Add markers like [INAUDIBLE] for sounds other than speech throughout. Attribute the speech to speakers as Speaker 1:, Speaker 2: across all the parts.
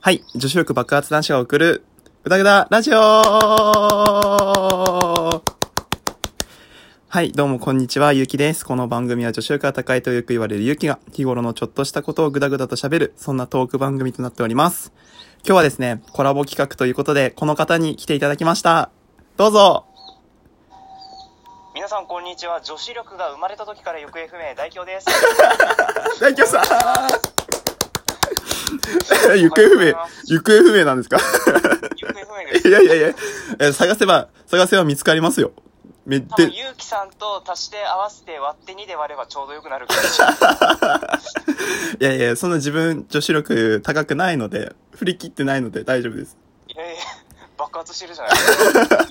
Speaker 1: はい。女子力爆発男子が送る、ぐだぐだラジオはい。どうも、こんにちは。ゆうきです。この番組は女子力が高いとよく言われるゆうきが、日頃のちょっとしたことをぐだぐだと喋る、そんなトーク番組となっております。今日はですね、コラボ企画ということで、この方に来ていただきました。どうぞ
Speaker 2: 皆さんこんにちは女子力が生まれた時から行方不明大京です
Speaker 1: [LAUGHS] 大京さん [LAUGHS] 行方不明、行方不明なんですか [LAUGHS]
Speaker 2: 行方不明で
Speaker 1: い
Speaker 2: す
Speaker 1: やいやいやえー、探せば、探せば見つかりますよ。めっ
Speaker 2: 多分
Speaker 1: で、
Speaker 2: ゆうきさんと足して合わせて割って2で割ればちょうどよくなるかもし
Speaker 1: [LAUGHS]
Speaker 2: れない
Speaker 1: いやいや、そんな自分女子力高くないので、振り切ってないので大丈夫です。
Speaker 2: いやいや爆発してるじゃないですか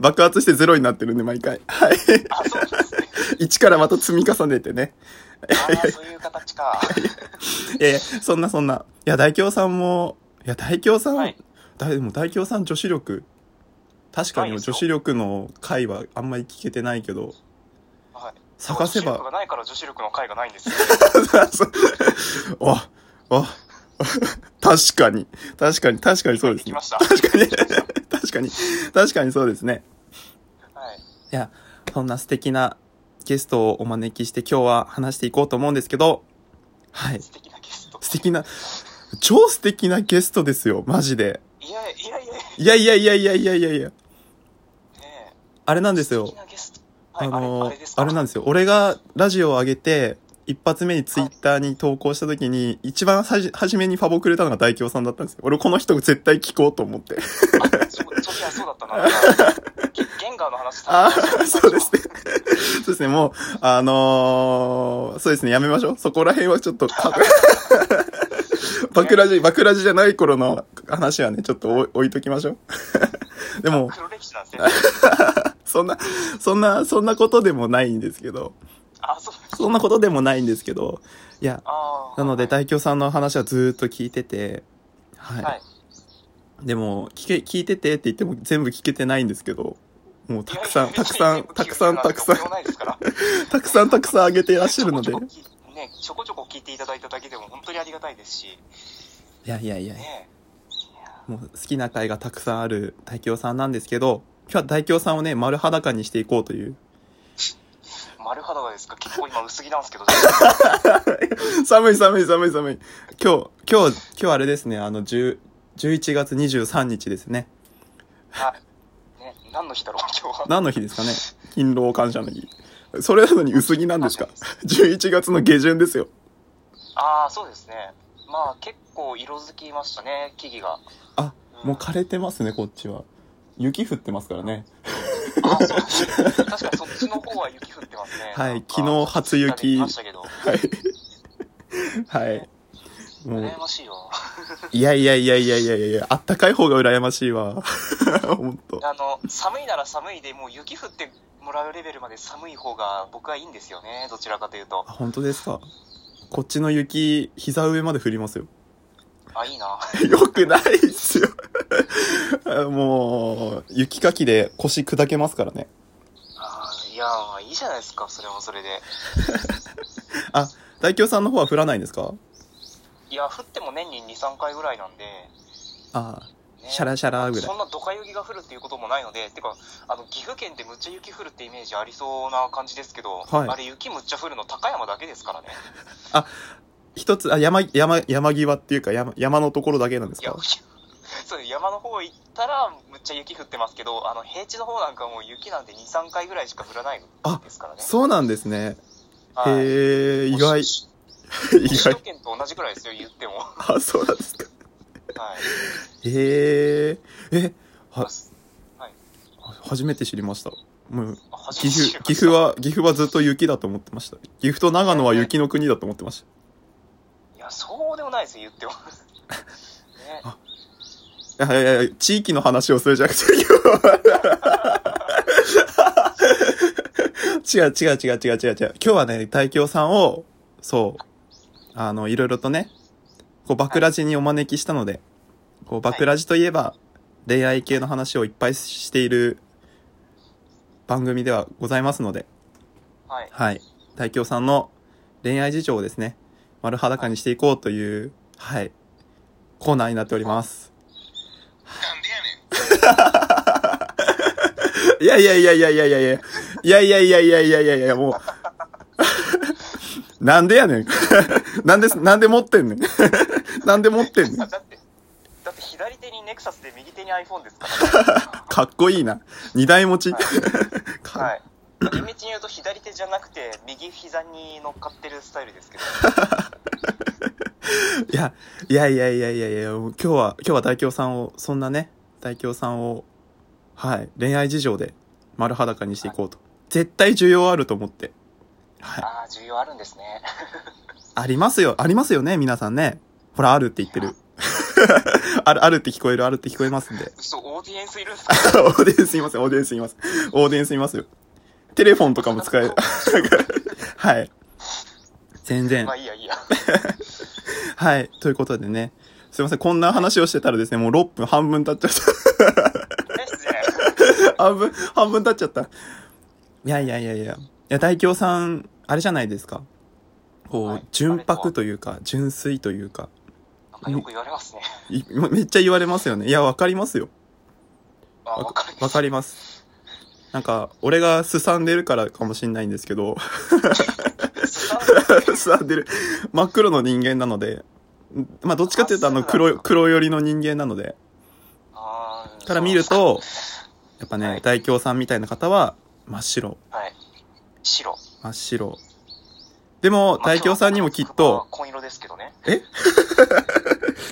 Speaker 1: 爆発してゼロになってるんで、毎回。はい。 [LAUGHS]
Speaker 2: あそうなんですね
Speaker 1: 一からまた積み重ねてね。
Speaker 2: ああそういう形か
Speaker 1: いやいや、そんなそんな。いや、大京さんも、いや、大京さん、
Speaker 2: はい
Speaker 1: だでも大京さん女子力、確かに
Speaker 2: ないです
Speaker 1: 女
Speaker 2: よ
Speaker 1: 子力の回はあんまり聞けてないけど、 [LAUGHS]
Speaker 2: はい
Speaker 1: 探せ
Speaker 2: 女子力が
Speaker 1: ば、
Speaker 2: ないから女子力の回がないんですよ
Speaker 1: あ、あ、 [LAUGHS] 確かに。確かに、確かにそうです
Speaker 2: 聞き
Speaker 1: ね
Speaker 2: ま。した
Speaker 1: 確かに、確かに、確かにそうですね。
Speaker 2: は
Speaker 1: い
Speaker 2: い
Speaker 1: や、そんな素敵なゲストをお招きして今日は話していこうと思うんですけど、はい。
Speaker 2: 素敵なゲスト
Speaker 1: 素敵な、超素敵なゲストですよ、マジで。
Speaker 2: いやいやいやね
Speaker 1: いやいやいやいやいやいやいや。
Speaker 2: え
Speaker 1: あれなんです
Speaker 2: 素
Speaker 1: よ
Speaker 2: 敵。なゲストは
Speaker 1: あ
Speaker 2: い、あれあ
Speaker 1: の
Speaker 2: れです、か
Speaker 1: あれなんですよ。俺がラジオを上げて、一発目にツイッターに投稿した時に、一番はじ、初めにファボくれたのが大京さんだったんですよ。俺この人絶対聞こうと思って。
Speaker 2: あそうそういやそうだったななん
Speaker 1: [LAUGHS]
Speaker 2: かゲゲンガーの話
Speaker 1: あ [LAUGHS] あ、そうですね。そうですね、もう、あのー、そうですね、やめましょう。そこら辺はちょっとか、 [LAUGHS] バクラジ、バクラジじゃない頃の話はね、ちょっと置い置いときましょう。で [LAUGHS] も、
Speaker 2: 黒歴史なんですね
Speaker 1: そんな、そんな、そんなことでもないんですけど、
Speaker 2: あそう
Speaker 1: そんなことでもないんですけど、いや、
Speaker 2: ああ
Speaker 1: なので
Speaker 2: はい
Speaker 1: 大京さんの話はずーっと聞いてて、はい。
Speaker 2: はい
Speaker 1: でも、聞け、聞いててって言っても全部聞けてないんですけど、もうたくさん、
Speaker 2: いやいや
Speaker 1: たくさん、たくさん、たくさん、
Speaker 2: いやいやいやいやいやいやい
Speaker 1: たくさんたくさんあ
Speaker 2: やいやいやいやいやいやいやいやいやないですから
Speaker 1: げていらっしゃるので
Speaker 2: ちょ。こちょこ聞いね、ちょこちょこ聞いていただいただけでも本当にありがたいですし、
Speaker 1: いやいやいや、
Speaker 2: ね、
Speaker 1: もう好きな回がたくさんある大京さんなんですけど、今日は大京さんをね、丸裸にしていこうという。
Speaker 2: 丸裸ですか結構今薄着なんですけど、
Speaker 1: 寒い寒い寒い寒い。今日、今日、今日あれですね、あの、10 11月23日ですね。
Speaker 2: はいね、何の日だろう今日は。
Speaker 1: 何の日ですかね勤労感謝の日。それなのに薄着なんです [LAUGHS] か ?11 月の下旬ですよ。
Speaker 2: ああ、そうですね。まあ結構色づきましたね、木々が。
Speaker 1: あ、もう枯れてますね、こっちは。雪降ってますからね。
Speaker 2: あーそうですね確かにそっちの方は雪降ってますね。
Speaker 1: はい
Speaker 2: なんか
Speaker 1: 昨日初雪
Speaker 2: ツイッターで見ましたけど、
Speaker 1: はい。はい。もう
Speaker 2: 羨ましいよ。
Speaker 1: いやいやいやいやいやいやいや、あったかい方が羨ましいわ。 [LAUGHS] ほんと。
Speaker 2: あの、寒いなら寒いで、もう雪降ってもらうレベルまで寒い方が僕はいいんですよね、どちらかというと
Speaker 1: あ、。本当ですか。こっちの雪、膝上まで降りますよ。 [LAUGHS]
Speaker 2: あ、いいな。
Speaker 1: よくないっすよ。 [LAUGHS] あもう、雪かきで腰砕けますからね。
Speaker 2: あーいやまあいいじゃないですかそれもそれで
Speaker 1: 大京さんの方は降らないんですか
Speaker 2: いや降っても年に23回ぐらいなんで、
Speaker 1: ああ、
Speaker 2: ね
Speaker 1: シャラシャラぐらい
Speaker 2: そん。なドカ雪が降るっていうこともないのでてかあの岐阜県ってむっちゃ雪降るってイメージありそうな感じですけど、
Speaker 1: はい
Speaker 2: あれ雪むっちゃ降るの高山だけですからね
Speaker 1: 一つ、あ、山、山、山際っていうか山、山のところだけなんです
Speaker 2: いや
Speaker 1: か
Speaker 2: [LAUGHS] そう山の方行ったらむっちゃ雪降ってますけどあの平地の方なんかもう雪なんて23回ぐらいしか降らないですからね
Speaker 1: そうなんですね。
Speaker 2: はい
Speaker 1: へえ、意外、
Speaker 2: し
Speaker 1: 意
Speaker 2: 首
Speaker 1: 外
Speaker 2: 都。圏と同じぐらいですよ言ってもは
Speaker 1: あ、そうなんですか。
Speaker 2: い
Speaker 1: へえ、え、は
Speaker 2: あ
Speaker 1: 初めて知りました。もう、
Speaker 2: 初
Speaker 1: 岐
Speaker 2: めて
Speaker 1: 阜、
Speaker 2: 知りました
Speaker 1: 岐阜は、岐阜はずっと雪だと思ってました。岐阜と長野は雪の国だと思ってまし
Speaker 2: いやそうでもないですよ言ってもね
Speaker 1: た。いやいやいや、地域の話をするじゃなくて、 [LAUGHS] 今日は違う違う違う違う違う違う。今日はね、大京さんを、そう、あの、いろいろとね、こう、バクラジにお招きしたので、こう、バクラジといえば、恋愛系の話をいっぱいしている番組ではございますので、
Speaker 2: はい
Speaker 1: はい。大京さんの恋愛事情をですね、丸裸にしていこうという、はい、コーナーになっております。
Speaker 2: なんでやねん。
Speaker 1: いやいやいやいやいやいやいや。いやいやいやいやいやいやいや、 [LAUGHS] もう。なんでやねん。なんで、なんで持ってんねん。なんで持ってんねん。
Speaker 2: だって、だって左手にネクサスで右手に iPhone ですか
Speaker 1: かっこいいな。二台持ち。
Speaker 2: はい
Speaker 1: か
Speaker 2: ら。はい。厳密に言うと左手じゃなくて、右膝に乗っかってるスタイルですけど。
Speaker 1: いや、いやいやいやいやいや、もう今日は、今日は大京さんを、そんなね、大京さんを、はい、恋愛事情で丸裸にしていこうと。絶対需要あると思って。はい。
Speaker 2: ああ、重要あるんですね。
Speaker 1: ありますよ、ありますよね、皆さんね。ほら、あるって言ってる。ある、あるって聞こえる、あるって聞こえますんで。
Speaker 2: 嘘、オーディエンスいるんですか
Speaker 1: オーディエンスいます、オーディエンスいます。オーディエンスいますよ。テレフォンとかも使える。はい。全然
Speaker 2: まあ。いいや、いいや。
Speaker 1: はい。ということでね。すいません。こんな話をしてたらですね、もう6分半分経っちゃった。
Speaker 2: ですね。
Speaker 1: 半分、半分経っちゃった。いやいやいやいや。いや、大京さん、あれじゃないですか。こう、
Speaker 2: はい
Speaker 1: 純白というか、純粋というか。
Speaker 2: なんかよく言われますね。
Speaker 1: い [LAUGHS] めっちゃ言われますよね。いや、わかりますよ。
Speaker 2: あ、わかる。
Speaker 1: わかります。なんか、俺がすさんでるからかもしんないんですけど、 [LAUGHS] すさんでる。真っ黒の人間なので、まあ、どっちかっていうと、あの、
Speaker 2: あそうなん
Speaker 1: 黒、
Speaker 2: だ
Speaker 1: 黒寄りの人間なので、
Speaker 2: あー
Speaker 1: から見る。と、やっぱ
Speaker 2: は
Speaker 1: ね
Speaker 2: い、
Speaker 1: 大京さんみたいな方は、真っ白。
Speaker 2: はい。白。
Speaker 1: 真っ白。でも、大京さんにもきっと、
Speaker 2: まあ。今日は紺色ですけどね。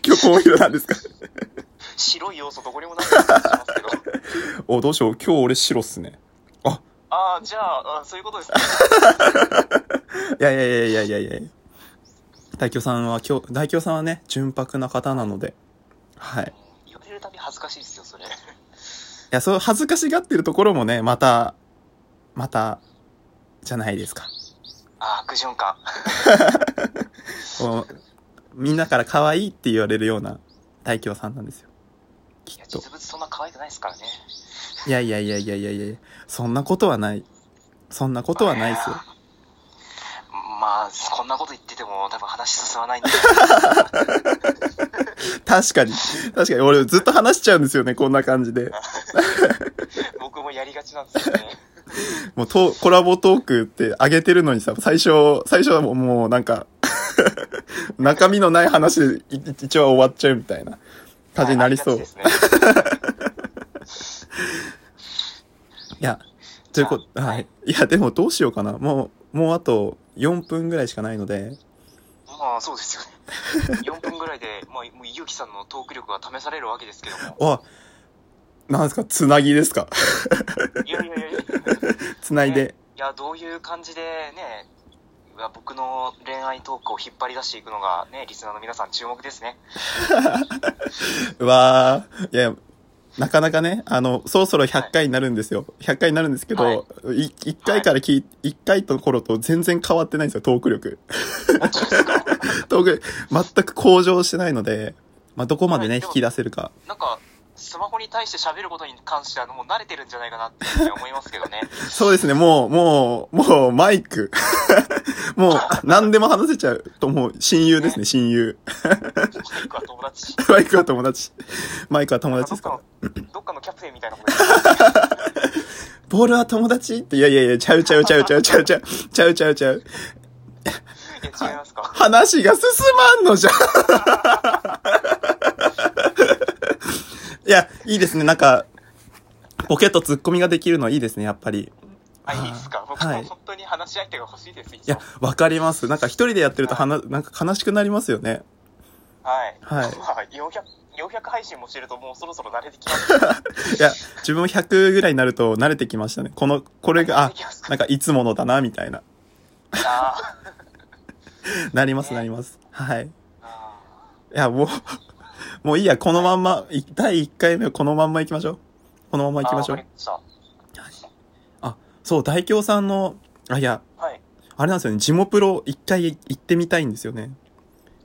Speaker 1: 今日こういうのなんですか [LAUGHS]
Speaker 2: 白い要素どこにもない気がしますけど。
Speaker 1: [LAUGHS] お、どうしよう。今日俺白っすね。
Speaker 2: ああ、じゃああ、そういうことですね。
Speaker 1: いやいやいやいやいやいや大京さんは今日、大京さんはね、純白な方なので。はい。
Speaker 2: 言われるたび恥ずかしいですよ、それ。
Speaker 1: いや、そう、恥ずかしがってるところもね、また、また、じゃないですか。
Speaker 2: ああ、悪循環。
Speaker 1: こうみんなから可愛いって言われるような大京さんなんですよ。
Speaker 2: い
Speaker 1: き
Speaker 2: や、
Speaker 1: っと。
Speaker 2: 実物そんな可愛くないですからね。
Speaker 1: いやいやいやいやいやいやそんなことはない。そんなことはないですよ。
Speaker 2: まあ、こんなこと言ってても多分話進まないんで。 [LAUGHS]
Speaker 1: 確かに。確かに。俺ずっと話しちゃうんですよね、こんな感じで。
Speaker 2: 僕もやりがちなんですよ
Speaker 1: [LAUGHS]
Speaker 2: ね。
Speaker 1: もうと、コラボトークって上げてるのにさ、最初、最初はもうもうなんか、 [LAUGHS] 中身のない話でい一応終わっちゃうみたいな感じになりそう。い
Speaker 2: ありがちですね
Speaker 1: や、ということ、はい。いや、でもどうしようかな。もう、もうあと4分ぐらいしかないので、
Speaker 2: まあ、そうですよね。4分
Speaker 1: [LAUGHS]
Speaker 2: ぐらいで、まあ、もう、ゆうきさんのトーク力が試されるわけですけど
Speaker 1: [LAUGHS]
Speaker 2: も。
Speaker 1: わ、なんですか、つなぎですか。
Speaker 2: いやいやいやいや。
Speaker 1: つないで。
Speaker 2: いや、どういう感じでね、うわ僕の恋愛トークを引っ張り出していくのが、ね、リスナーの皆さん注目ですね。
Speaker 1: うわー、いや、なかなかね、あの、そろそろ100回になるんですよ。100回になるんですけど、
Speaker 2: はい
Speaker 1: い、1回から聞い、1回の頃と全然変わってないんですよ、トーク力。 [LAUGHS] トーク、全く向上してないので、まあ、どこまでね、
Speaker 2: はい
Speaker 1: 引き出せるか。
Speaker 2: なんか、スマホに対して喋ることに関しては、もう慣れてるんじゃないかなっていうふうに思いますけどね。
Speaker 1: そうですね、もう、もう、もう、マイク。 [LAUGHS] もう、何でも話せちゃうと、もう、親友ですね、親友。 [LAUGHS]
Speaker 2: 僕は友達。
Speaker 1: マイクは友達。マイクは友達で
Speaker 2: どっ
Speaker 1: す
Speaker 2: か
Speaker 1: か
Speaker 2: の、どっかのキャプテンみたいなことです
Speaker 1: ボールは友達って、いやいやいや、ちゃうちゃうちゃうちゃうちゃうちゃう、ちゃうちゃうちゃう。 [LAUGHS]
Speaker 2: いや違いますか
Speaker 1: 話が進まんのじゃん。いや、いいですね。なんか、ポケット突っ込みができるのいいですね、やっぱり。
Speaker 2: あ、いいですか僕
Speaker 1: は
Speaker 2: も
Speaker 1: い
Speaker 2: 本当に話し相手が欲しいです、い
Speaker 1: い
Speaker 2: つ
Speaker 1: や
Speaker 2: も。、
Speaker 1: わかります。なんか一人でやってると、はな、なんか悲しくなりますよね。
Speaker 2: はい。
Speaker 1: はい
Speaker 2: ま [LAUGHS] あ、400、400配信もしてるともうそろそろ慣れてきます。
Speaker 1: いや、自分も100ぐらいになると慣れてきましたね。この、これが、あ、なんかいつものだな、みたいな。
Speaker 2: あー
Speaker 1: なります、なり [LAUGHS] ます。はい。い
Speaker 2: あー。
Speaker 1: や、もう、もういいや、このまんま、い第1回目はこのまんま行きましょう。このまんま行きましょ
Speaker 2: あわ
Speaker 1: う
Speaker 2: か。りました
Speaker 1: そう、大京さんの、あ、いや、
Speaker 2: はい。
Speaker 1: あれなんですよね、ジモプロ一回行ってみたいんですよね。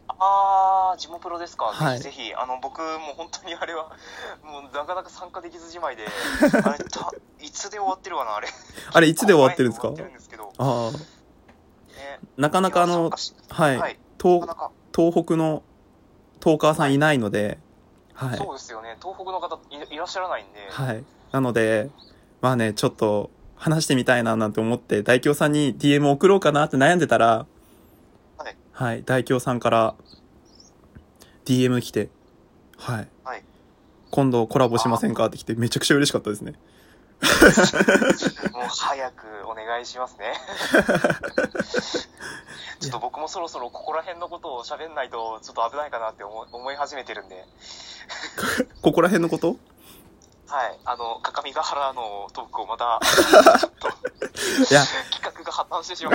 Speaker 2: あー、ジモプロですか、
Speaker 1: はい
Speaker 2: ぜひぜひ、あの、僕、もう本当にあれは、 [LAUGHS] もうなかなか参加できずじまいで、あれた、 [LAUGHS] いつで終わってるわな、あれ。い
Speaker 1: あれ、いつで終わってるんですか
Speaker 2: 終わってるんですけど、
Speaker 1: ああ。
Speaker 2: ね、
Speaker 1: なかなかあ
Speaker 2: いや参
Speaker 1: の
Speaker 2: 加、し
Speaker 1: はい、
Speaker 2: はい、なか
Speaker 1: 東
Speaker 2: な、か、
Speaker 1: 東北の、トーカーさんいないので、はい。
Speaker 2: そうですよね。東北の方いいらっしゃらないんで。 [LAUGHS]
Speaker 1: はい。なので、まあね、ちょっと話してみたいななんて思って、大京さんに DM 送ろうかなって悩んでたら、
Speaker 2: はい。
Speaker 1: はい、大京さんから DM 来て、はい。
Speaker 2: はい
Speaker 1: 今度コラボしませんかって来て、めちゃくちゃ嬉しかったですね。
Speaker 2: もう早くお願いしますね。ちょっと僕もそろそろここら辺のことを喋んないとちょっと危ないかなって思い思い始めてるんで、
Speaker 1: ここら辺の
Speaker 2: [LAUGHS]
Speaker 1: こと
Speaker 2: はい。あの、各務原のトークをまた、
Speaker 1: いや、
Speaker 2: 企画が破綻してしまう。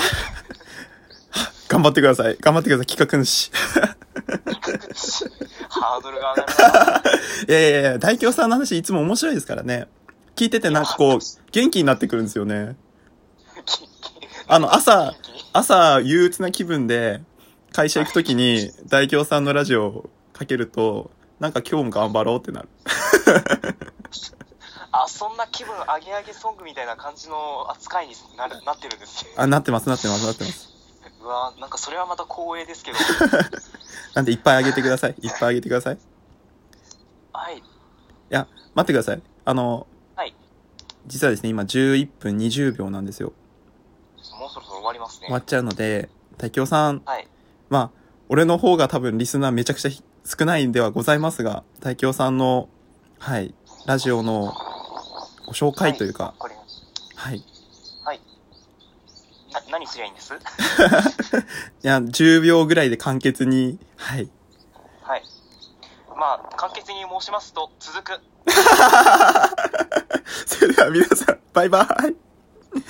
Speaker 1: 頑張ってください。頑張ってください。企画主。 [LAUGHS]
Speaker 2: ハードルが上がるな。
Speaker 1: いやいやいや、大京さんの話いつも面白いですからね。聞いててなんかこう、元気になってくるんですよね。
Speaker 2: キンキン
Speaker 1: あの、朝、
Speaker 2: キンキン
Speaker 1: 朝、憂鬱な気分で、会社行くときに、大京さんのラジオをかけると、なんか今日も頑張ろうってなる。
Speaker 2: あ、そんな気分上げ上げソングみたいな感じの扱いになるなってるんですね。
Speaker 1: あ、なってます、なってます、なってます。
Speaker 2: うわなんかそれはまた光栄ですけど。
Speaker 1: なんでいっぱいあげてください。いっぱいあげてください。い
Speaker 2: はい。
Speaker 1: や、待ってください。あの、
Speaker 2: はい。
Speaker 1: 実はですね、今11分20秒なんですよ。
Speaker 2: もうそろそろ終わりますね
Speaker 1: 終わ。っちゃうので、大京さん、
Speaker 2: はい。
Speaker 1: まあ、俺の方が多分リスナーめちゃくちゃひ少ないんではございますが、大京さんの、はい、ラジオのご紹介というか、
Speaker 2: これな
Speaker 1: はい。
Speaker 2: 何すりゃいいんです
Speaker 1: いや、10秒ぐらいで簡潔に、はい。
Speaker 2: はい。まあ、簡潔に申しますと、続く。
Speaker 1: それでは皆さん、バイバイ。